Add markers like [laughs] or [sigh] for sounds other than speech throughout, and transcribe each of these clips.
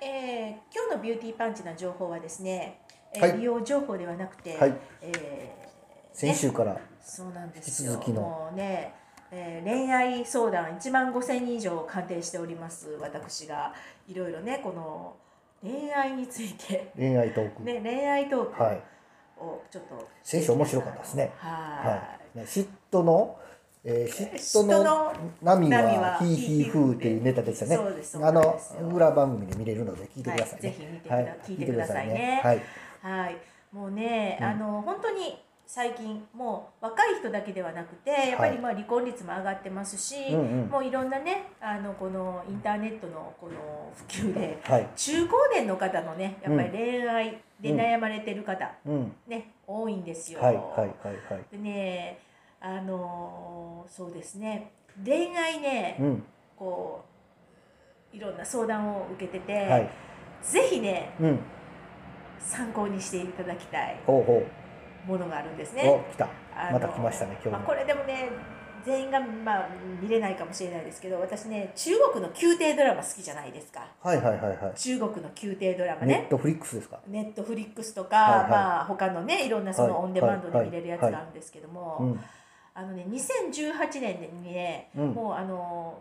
えー今日のビューティーパンチな情報はですね、えーはい美容情報ではなくて、はいえー先週からそうなんですよ引き続きのもうね、えー恋愛相談1万5000人以上鑑定しております私がいろいろねこの恋愛について、恋愛トーク、ね、恋愛トーはいクをちょっと、先週面白かったですねははいい、ね嫉妬の、えー、嫉妬嫉妬のの波波ははヒーヒーフーっていうネタでしたね。そうですそうあなんのですよ裏番組で見れるので聞いてくださいね。はいぜひ見てくだ聞いてくださいねはい、はい、もうね、うんあの本当に最近もう若い人だけではなくてやっぱりまあ離婚率も上がってますし、うんうんもういろんなねあのこのインターネットのこの普及ではい、中高年の方のねやっぱり恋愛で悩まれてる方、うん、ね多いんですよ。はい、はい、はい、はでい、ねあのそうですね恋愛ね、うん、こういろんな相談を受けてて、はい、ぜひねうん、参考にしていただきたいほうほものがあるんですう、ね。お、来た、あのまた来ましたね、今まあ、日こも。れでもね全員が、まあ、見れないかもしれないですけど私ね中国の宮廷ドラマ好きじゃないですかはい、はい、はい、は中国の宮廷ドラマい。ネッねトフリックスですか。ネットフリックスとか、はいはいまあ、他のねいろんなそはのいオンデマンドで見れるやつはいがあるんですけども、うん、あのね2018年にね、うんもうあの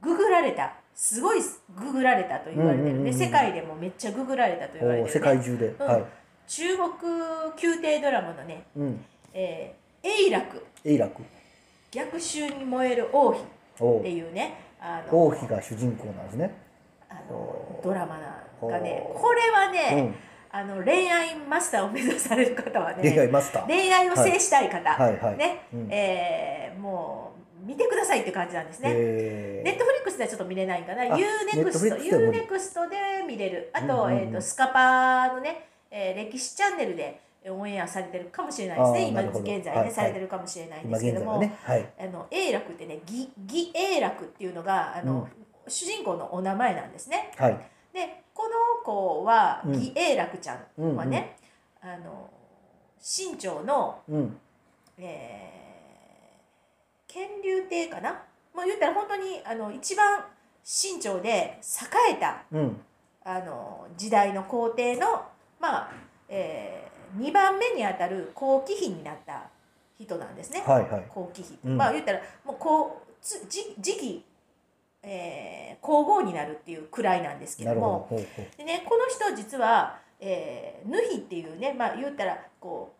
ググられたすごいググられたと言われてるね、うんうんうんうん世界でもめっちゃググられたと言われお、てる、世ね界、中で、うんはい、中国宮廷ドラマのねうん、 「えー、永楽永楽。逆襲に燃える王妃」っおて、いうねあの王妃が主人公なんですね。あのドラマなんかねおーこれはうね、ん、あの恋愛マスターを目指される方は [laughs] 恋愛ねマスター。恋愛を制したい方、はい、はい。ね、うんえーもう見てくださいっていう感じなんですね。えーネットフリックスではちょっと見れないかな、あ UNEXT, Netflix では無理 UNEXT で見れる、あと,、うんうんうんえー、とスカパーのね、えー歴史チャンネルでオンエアされてるかもしれないですね、あー今なるほど現在ね、はいはいされてるかもしれないん今ですけ現ど在はも、ね、はい。あの永楽ってね、義義永楽っていうのがあの、主人公のお名前なんですね。はい。で、この子は、うん義永楽ちゃんはね、あの清朝の、うん。えー、乾隆帝かなもう言ったら本当にあの一番清朝で栄えたうん。あの時代の皇帝のまあ、え2番目にあたる後期妃になった人なんですね、はいはい。後期妃、うんまあ言ったらもうこうつじ次期、えー皇后になるっていうくらいなんですけなどるほど。もほうほう。でねこの人実は、えー、ヌヒっていうねまあ言ったらこ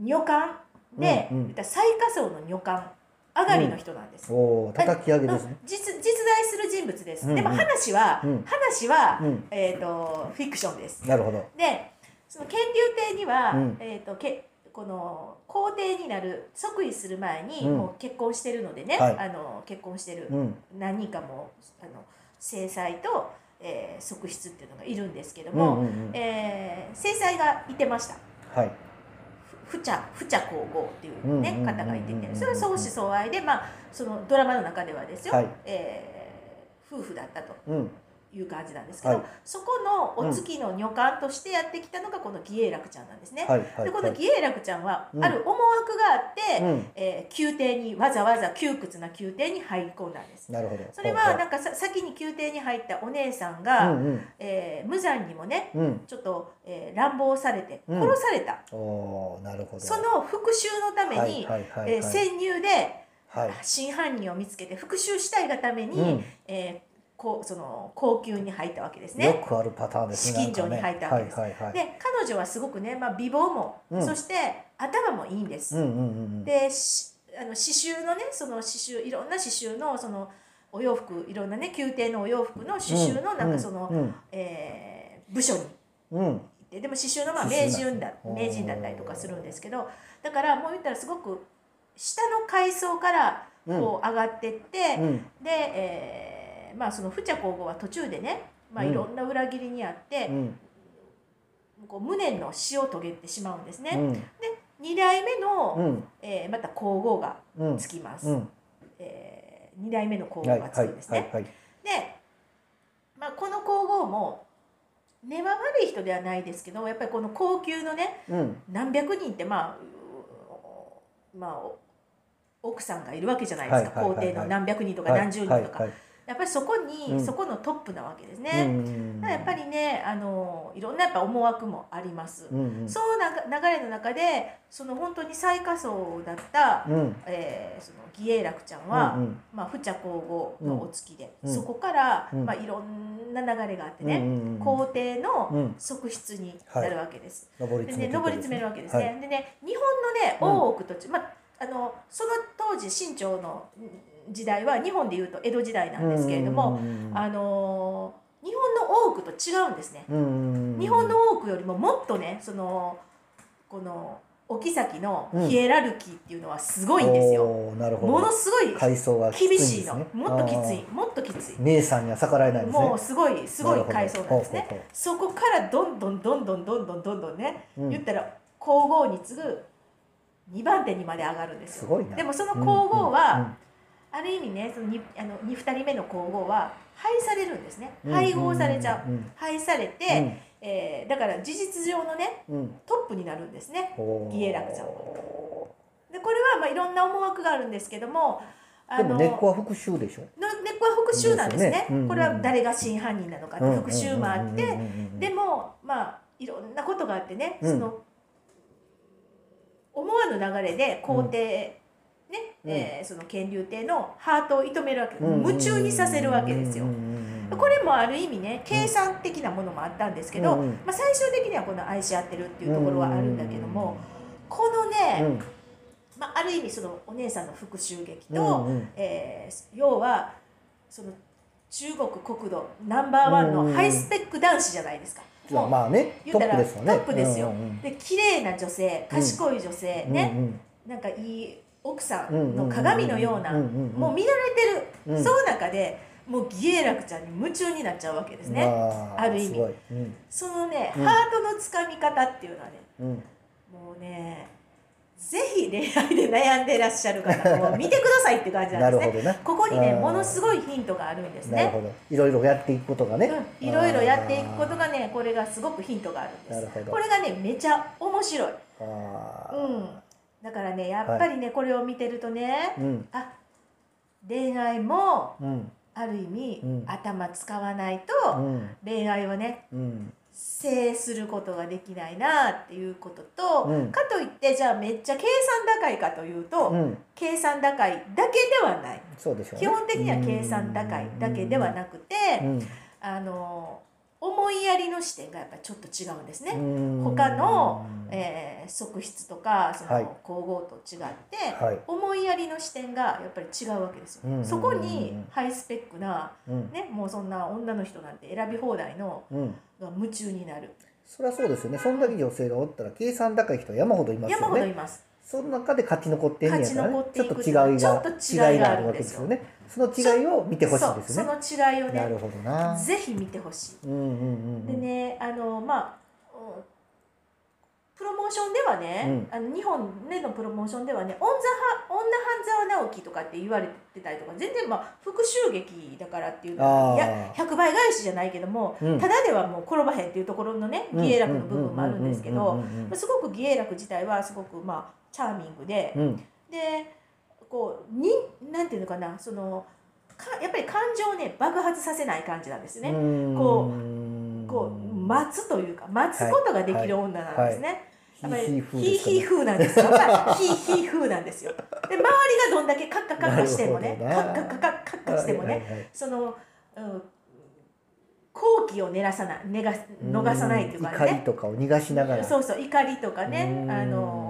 う女官で、うんうん言ったら最下層の女官上がりの人なんです。おお、叩き上げですね。実実在する人物です。うんうんでも話は、うん話は、うん。えっ、とフィクションです。なるほど。でその乾隆帝には、うんえっ、とけこの皇帝になる即位する前に、うんもう結婚してるのでね、はいあの結婚してるうん。何人かもあの正妻と、えー側室っていうのがいるんですけどうんも、うんうん。えー正妻がいてましたはい。ふちゃふちゃ皇后っていう、うんねうんうんうんうん方がいててそれは相思相愛で、まあ、そのドラマの中ではですよ、はいえー夫婦だったとうん。いう感じなんですけど、はいそこのお月の女官としてやってきたのがこの義永楽ちゃんなんですね。はいはい。でこのはい義永楽ちゃんはうんある思惑があって、うん。えー宮廷にわざわざ窮屈な宮廷に入り込んだんです。なるほど。それはなんかさ先に宮廷に入ったお姉さんほうが、ほううんえー無残にもねうん。うん。ちょっと、えー乱暴されてうん殺された、おお、なるほど。その復讐のために、はいはいはいえーはい。潜入ではい。真犯人を見つけて復讐したいがために、うん。えーこうその高級に入ったわけですよね。くあるパターンですね。資金帳に入ったわけでなんすかねはいはいはい。で彼女はすごくね、まあ、美貌も、うんそして頭もいいんです。うんうんうんうん。でしあの刺繍のねその刺繍いろんな刺繍のそのお洋服いろんなね宮廷のお洋服の刺繍のなんかその、うんえー部署にうんうん。ででも刺繍のまあ刺名繍なんですね人だおー名人だったりとかするんですけどだからもう言ったらすごく下の階層からこう上がってって、うん。で、えーまあその不茶皇后は途中でね、まあ、うんいろんな裏切りにあって、うん。こう無念の死を遂げてしまうんですうね。ん。二代目の、うん。えーまた皇后がうん。つきます。うん。えー二代目の皇は后いがつはくいんですね。はいはい。で、まあ、この皇后も根は悪い人ではないですけどやっぱりこの高級のねうん。何百人ってまあうまあお奥さんがいるわけじゃないではすいか、はいはいは皇い帝の何百人とかはい何十人とか、はいはいやっぱりそこに、うんそこのトップなわけですうね。んだからやっぱりねあのいろんなやっぱ思惑もあります。うんうんそうな流れの中でその本当に最下層だった、うんえーその義英楽ちゃんは、うんうんまあ、不茶皇后のお付きで、うんそこから、うんまあ、いろんな流れがあってうんうね、んうん皇帝うのん側室になるわけです。上でりね、詰めていく上りわけです詰めねるわけですね。はいでね日本のねうん大奥とち、まああのその当時清朝のん時代は日本でいうと江戸時代なんですけれども、うんうんうんあのー日本の大奥と違うんですね。うんうんうん日本の多くよりももっとねそのこの置き先のヒエラルキーっていうのはすごいんですよ、おーなるほどものすごい階層がきついんで厳すしねいのもっときついあもっときついー姉さんには逆らえないんですねもうすごいすごい階層なんですなるねほどそこからどんどんどんどんどんどんどんどんね、うん言ったら皇后に次ぐ2番手にまで上がるんですすよごいなでもその皇后は、うんうんある意味ねその 2, あの 2, 人目の皇后は廃されるんですねうん配合されちゃう、うんうん廃されて、えーだから事実上のねうんうんトップになるんですね。おー義英楽ちゃんでこれはまあいろんな思惑があるんですけどもあでのも根っこは復讐でしょの根っこは復讐なんですねですよねうんうんうんこれは誰が真犯人なのかって復讐もあって、うんうんうんうんうんでもまあいろんなことがあってね、うんその思わぬ流れで皇帝、ね、うんえーその乾隆帝のハートを射止めるわけ、うんうんうんうん夢中にさせるわけですよ。うんうんうんこれもある意味ね計算的なものもあったんですけど、うんうんまあ、最終的にはこの愛し合ってるっていうところはあるんだけども、このうんうね、んまあ、ある意味そのお姉さんの復讐劇と、うんうんえー要はその中国国土ナンバーワンのハイスペック男子じゃないですか。もうまあね言トったップらですよねトップですようんうんで綺麗な女性賢い女性、うんね、なんかいい奥さうんうんんの鏡のような、んんんもう見られてる、うんその中でもう義英楽ちゃんに夢中になっちゃうわけですね。まある意味すごいうんそのね、うんハートのつかみ方っていうのはねうんもうねぜひ恋愛で悩んでいらっしゃる [laughs] 方もう見てくださいって感じななんるですほねどなここにねあーものすごいヒントがあるんですなるねほどいろいろやっていくことがねうんいろいろやっていくことがねこれがすごくヒントがあるんなるでほすどこれがねめちゃ面白い、あうーん、だからねやっぱりね、これを見てるとねうんあ恋愛もうんある意味、うん頭使わないと、うん恋愛はねうん制することができないなっていうことと、うんかといってじゃあめっちゃ計算高いかというと、うん計算高いだけではないそうでしょうね基本的には計算高いだけではなくて、うんあの思いやりの視点がやっぱちょっと違うんですね。うん他の、えー側室とかそはいの皇后と違って、はい思いやりの視点がやっぱり違うわけですよ。うんうんうんうんそこにハイスペックな、うんね、もうそんな女の人なんて選び放題のうんが夢中になるそりゃそうですよねそんだけ女性がおったら計算高い人は山ほどいます山よほどいねます。その中で勝ち残ってんねやからね勝ちちょっ残とっていく違いがちょっと違違いいがあがあるるんわでけすよですよねその違いを見てほしいですそうねその違いをなねるほどなぜひ見てほしい。うんうんうんうんでねあのまあうんプロモーションではね、あの日本でのプロモーションではね「オンザハ女半沢直樹」とかって言われてたりとか全然まあ復讐劇だからっていうのあはーいや100倍返しじゃないけども、うんただではもう転ばへんっていうところのね義英楽の部分もあるんですけうんどうんうんうんうまんあすごく義英楽自体はすごくまあチャーミングで、うんでこうになんていうのかなそのかやっぱり感情をね爆発させない感じなんですね。うんこうんこう待つというか待つことができる女なんですね。ヒーヒー風ヒーですかヒー風なねんですよ。まあヒーヒー風なんですよ。で周りがどんだけカッカカッカしてもね、カなるほッどカねカッカッカしてもはいね、はいはいその、うん、好機を寝らさない、寝が逃さないというか怒りね。とかを逃がしながらそうそう怒りとかねう、んあの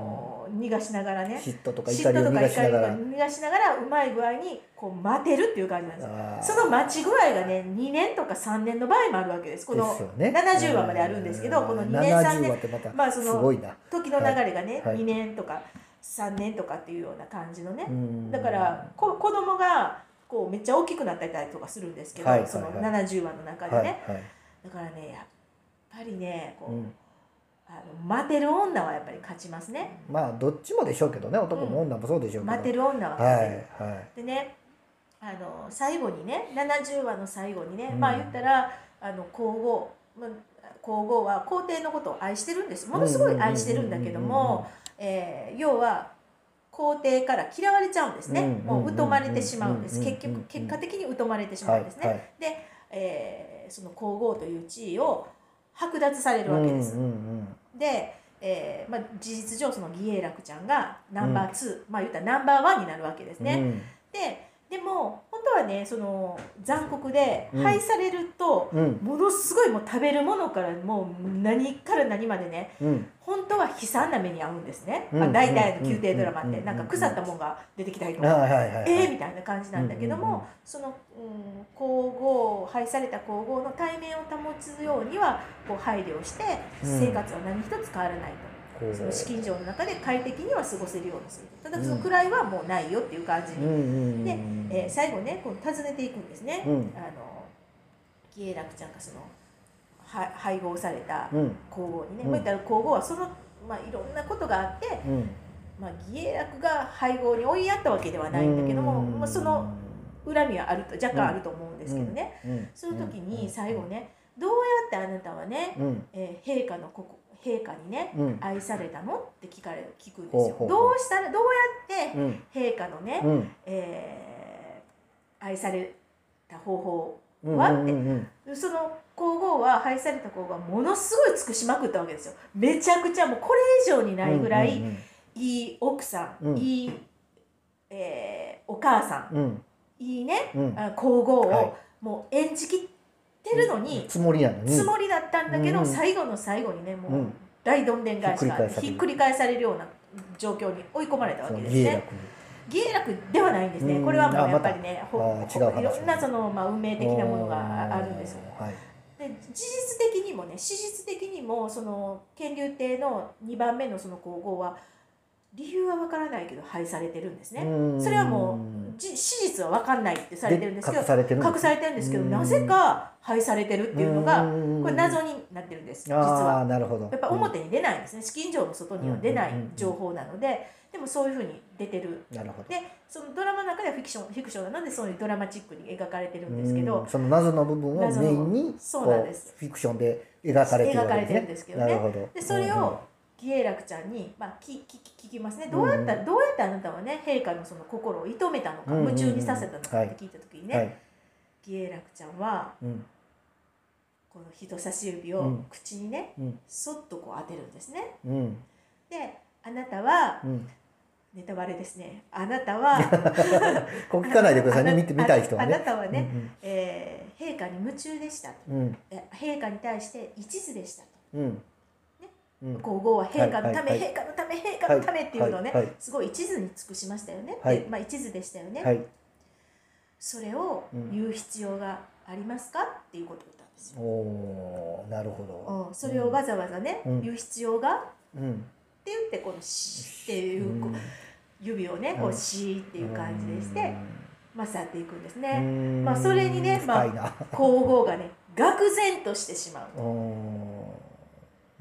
逃がしながらね、嫉妬とか嫉妬怒りをと逃かがし怒なりとがから逃がしながらうまい具合にこう待てるっていう感じなんですよ。あーその待ち具合がね2年とか3年の場合もあるわけですこのですよね70話まであるんですけどうこの2年3 70話年ってまた、まあそのすごいな時の流れがねはい2年とか3年とかっていうような感じのねうんだからこ子供がこうめっちゃ大きくなってたりとかするんですけはいはいどはいその70話の中ではいねはいだからねやっぱりねこう、うんあの待てる女はやっぱり勝ちますねまあどっちもでしょうけどね男も女もそうでしょうけど、待てる女ははい勝てるはでねあの最後にね70話の最後にね、うんまあ言ったらあの皇后まあ皇后は皇帝のことを愛してるんですものすごい愛してるんだけどもえー要は皇帝から嫌われちゃうんですね、うんもう疎まれてしまうんです、うん結局うん結果的に疎まれてしまはういんですね、はいえーその皇后という地位を剥奪されるわけです、うんうんで、えーまあ、事実上その義英楽ちゃんがナンバー2、まあ言ったらナンバーワンになるわけですうんね、ででも本当はねその残酷でうん廃されると、うんうんものすごいもう食べるものからもう何から何までねうん本当は悲惨な目に遭うんですね、うんまあ、大体の宮廷ドラマっうんうんてうんなんか腐ったもんが出てきたりとはいか、はいはいはいえーみたいな感じなんだけども、うんうんうんその、うん、皇后廃された皇后の対面を保つようにはこう配慮をしてうん生活は何一つ変わらないこと、うその資金上の中で快適には過ごせるようにするただうんその位はもうないよっていう感じうんに、うんうんでえー最後ねこう訪ねていくんですね、うんあの喜楽ちゃんがそのは配合されたうん皇后にね、うんまあ、言ったら皇后はその、まあ、いろんなことがあって、うんまあ、義英楽が配合に追いやったわけではないんだけども、うんまあ、その恨みはあると若干あると思うんですけどね、うんその時に最後ねどうやってあなたはね、うんえー陛下のここ陛下にねうん愛されたのって聞かれる聞くんですよほうほうどうしたらどうやっうんて陛下のね、うんえー愛された方法うんわってうんうんその皇后は廃された皇后はものすごい尽くしまくったわけですよめちゃくちゃもうこれ以上にないぐらいいい奥さん、うんいい、えーお母さんうんうんいいねうんうんあ皇后はいをもう演じきってるのに、つもりやのにつもりだったんだけど、うん最後の最後にねもう、うん大どんでん返しがあってひひっっくくりり返されるような状況に追い込まれたわそけのです芸ね。楽に芸楽ではないんですね、うんこれはもうあやっぱりね、ほあー違う話いろんなその、まあ、運命的なものがあるんですよ。はいで事実的にもね史実的にもその乾隆帝の2番目のその皇后は理由は分からないけど廃されてるんですね、うんそれはもうじ史実は分かんないってされてるんですけど隠されてるんです隠されてるんですけどうんなぜか廃されてるっていうのがんこれ謎になってるんです実ああはなるほどやっぱ表に出ないんですね資金上の外には出ない情報なのででもそういうふうに出てるうんなるほどでそのドラマの中ではフィクションフィクションなのでそういうドラマチックに描かれてるんですけどうんその謎の部分をメインに謎のそうなんですこうフィクションで描かれてるわ描けですねかれてるんですけどねなるほどでそれを義英楽ちゃんに、まあ、ききき聞きますねどうやった、うんどうやってあなたはね陛下のその心を射止めたのか、うんうんうん夢中にさせたのかはっいて聞いた時にうんね、はい義英楽ちゃんはうんこの人差し指うをん口にね、うんそっとこう当てるんですね。うんであなたはうんネタバレですねあなたはこう聞かないでくださいね見て見たい人はあなねたはうね、んえー陛下に夢中でしたとうんえ陛下に対して一途でしたと。うんねうん皇后は陛下のため、はいはい陛下のため陛下のためっていうのをね、はいはいすごい一途に尽くしましたよねって、はいまあ、一途でしたよね、はいそれをうん言う必要がありますかっていうことだったんですよ。おおなるほうんそれをわざわざね、うん言う必要がっどうんて言ってこの「し」っていうこううん指をねこううん「し」っていう感じでして、まあ、去っていくんですね。うんまあそれにねまあ深いな [laughs] 皇后がね愕然としてしまう。お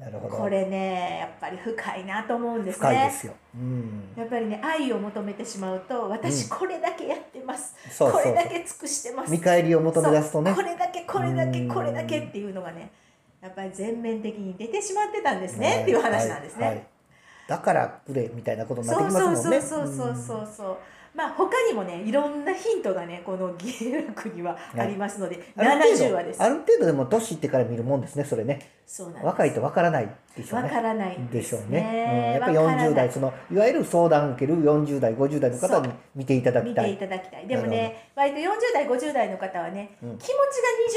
ーなるほどこれねやっぱり深いなと思うんです深いでね。すようんやっぱりね愛を求めてしまうと私これだけやってます、そうそうこそうれだけ尽くしてます見返りを求め出すとねそうこれだけこれだけうんこれだけっていうのがねやっぱり全面的に出てしまってたんですね、っていう話なんですね、はいはいだからプレイみたいなことになっそてきうますそもうんそうね。そうそうそうそうまあ他にもねいろんなヒントがねこの「義楽」にはありますので、うんある程70度話ですある程度でも年いってから見るもんですね。それね。そうなんです若いとわからないでしょうわかね。らないんでしょうね。うん、やっぱわからない40代そのいわゆる相談を受ける40代50代の方にそう見ていただき見たていい。ただきたいでもね割と40代50代の方はね、うん気持ち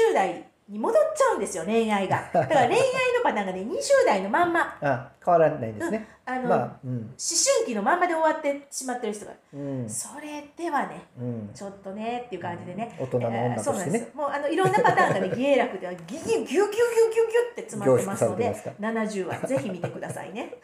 が20代に戻っちゃうんですよ恋愛がだから恋愛のパターンがね20代のまんまあ、変わらないですね。あの、思まあ、うん、春期のまんまで終わってしまってる人がうん、それではねうん。ちょっとねっていう感じでね、大人のえ女ーとそうなしんてでね。すもうあのいろんなパターンがね義英楽ではギュギュギュギュギュギュギュって詰まってますので凝縮され70話ぜひ見てくださいね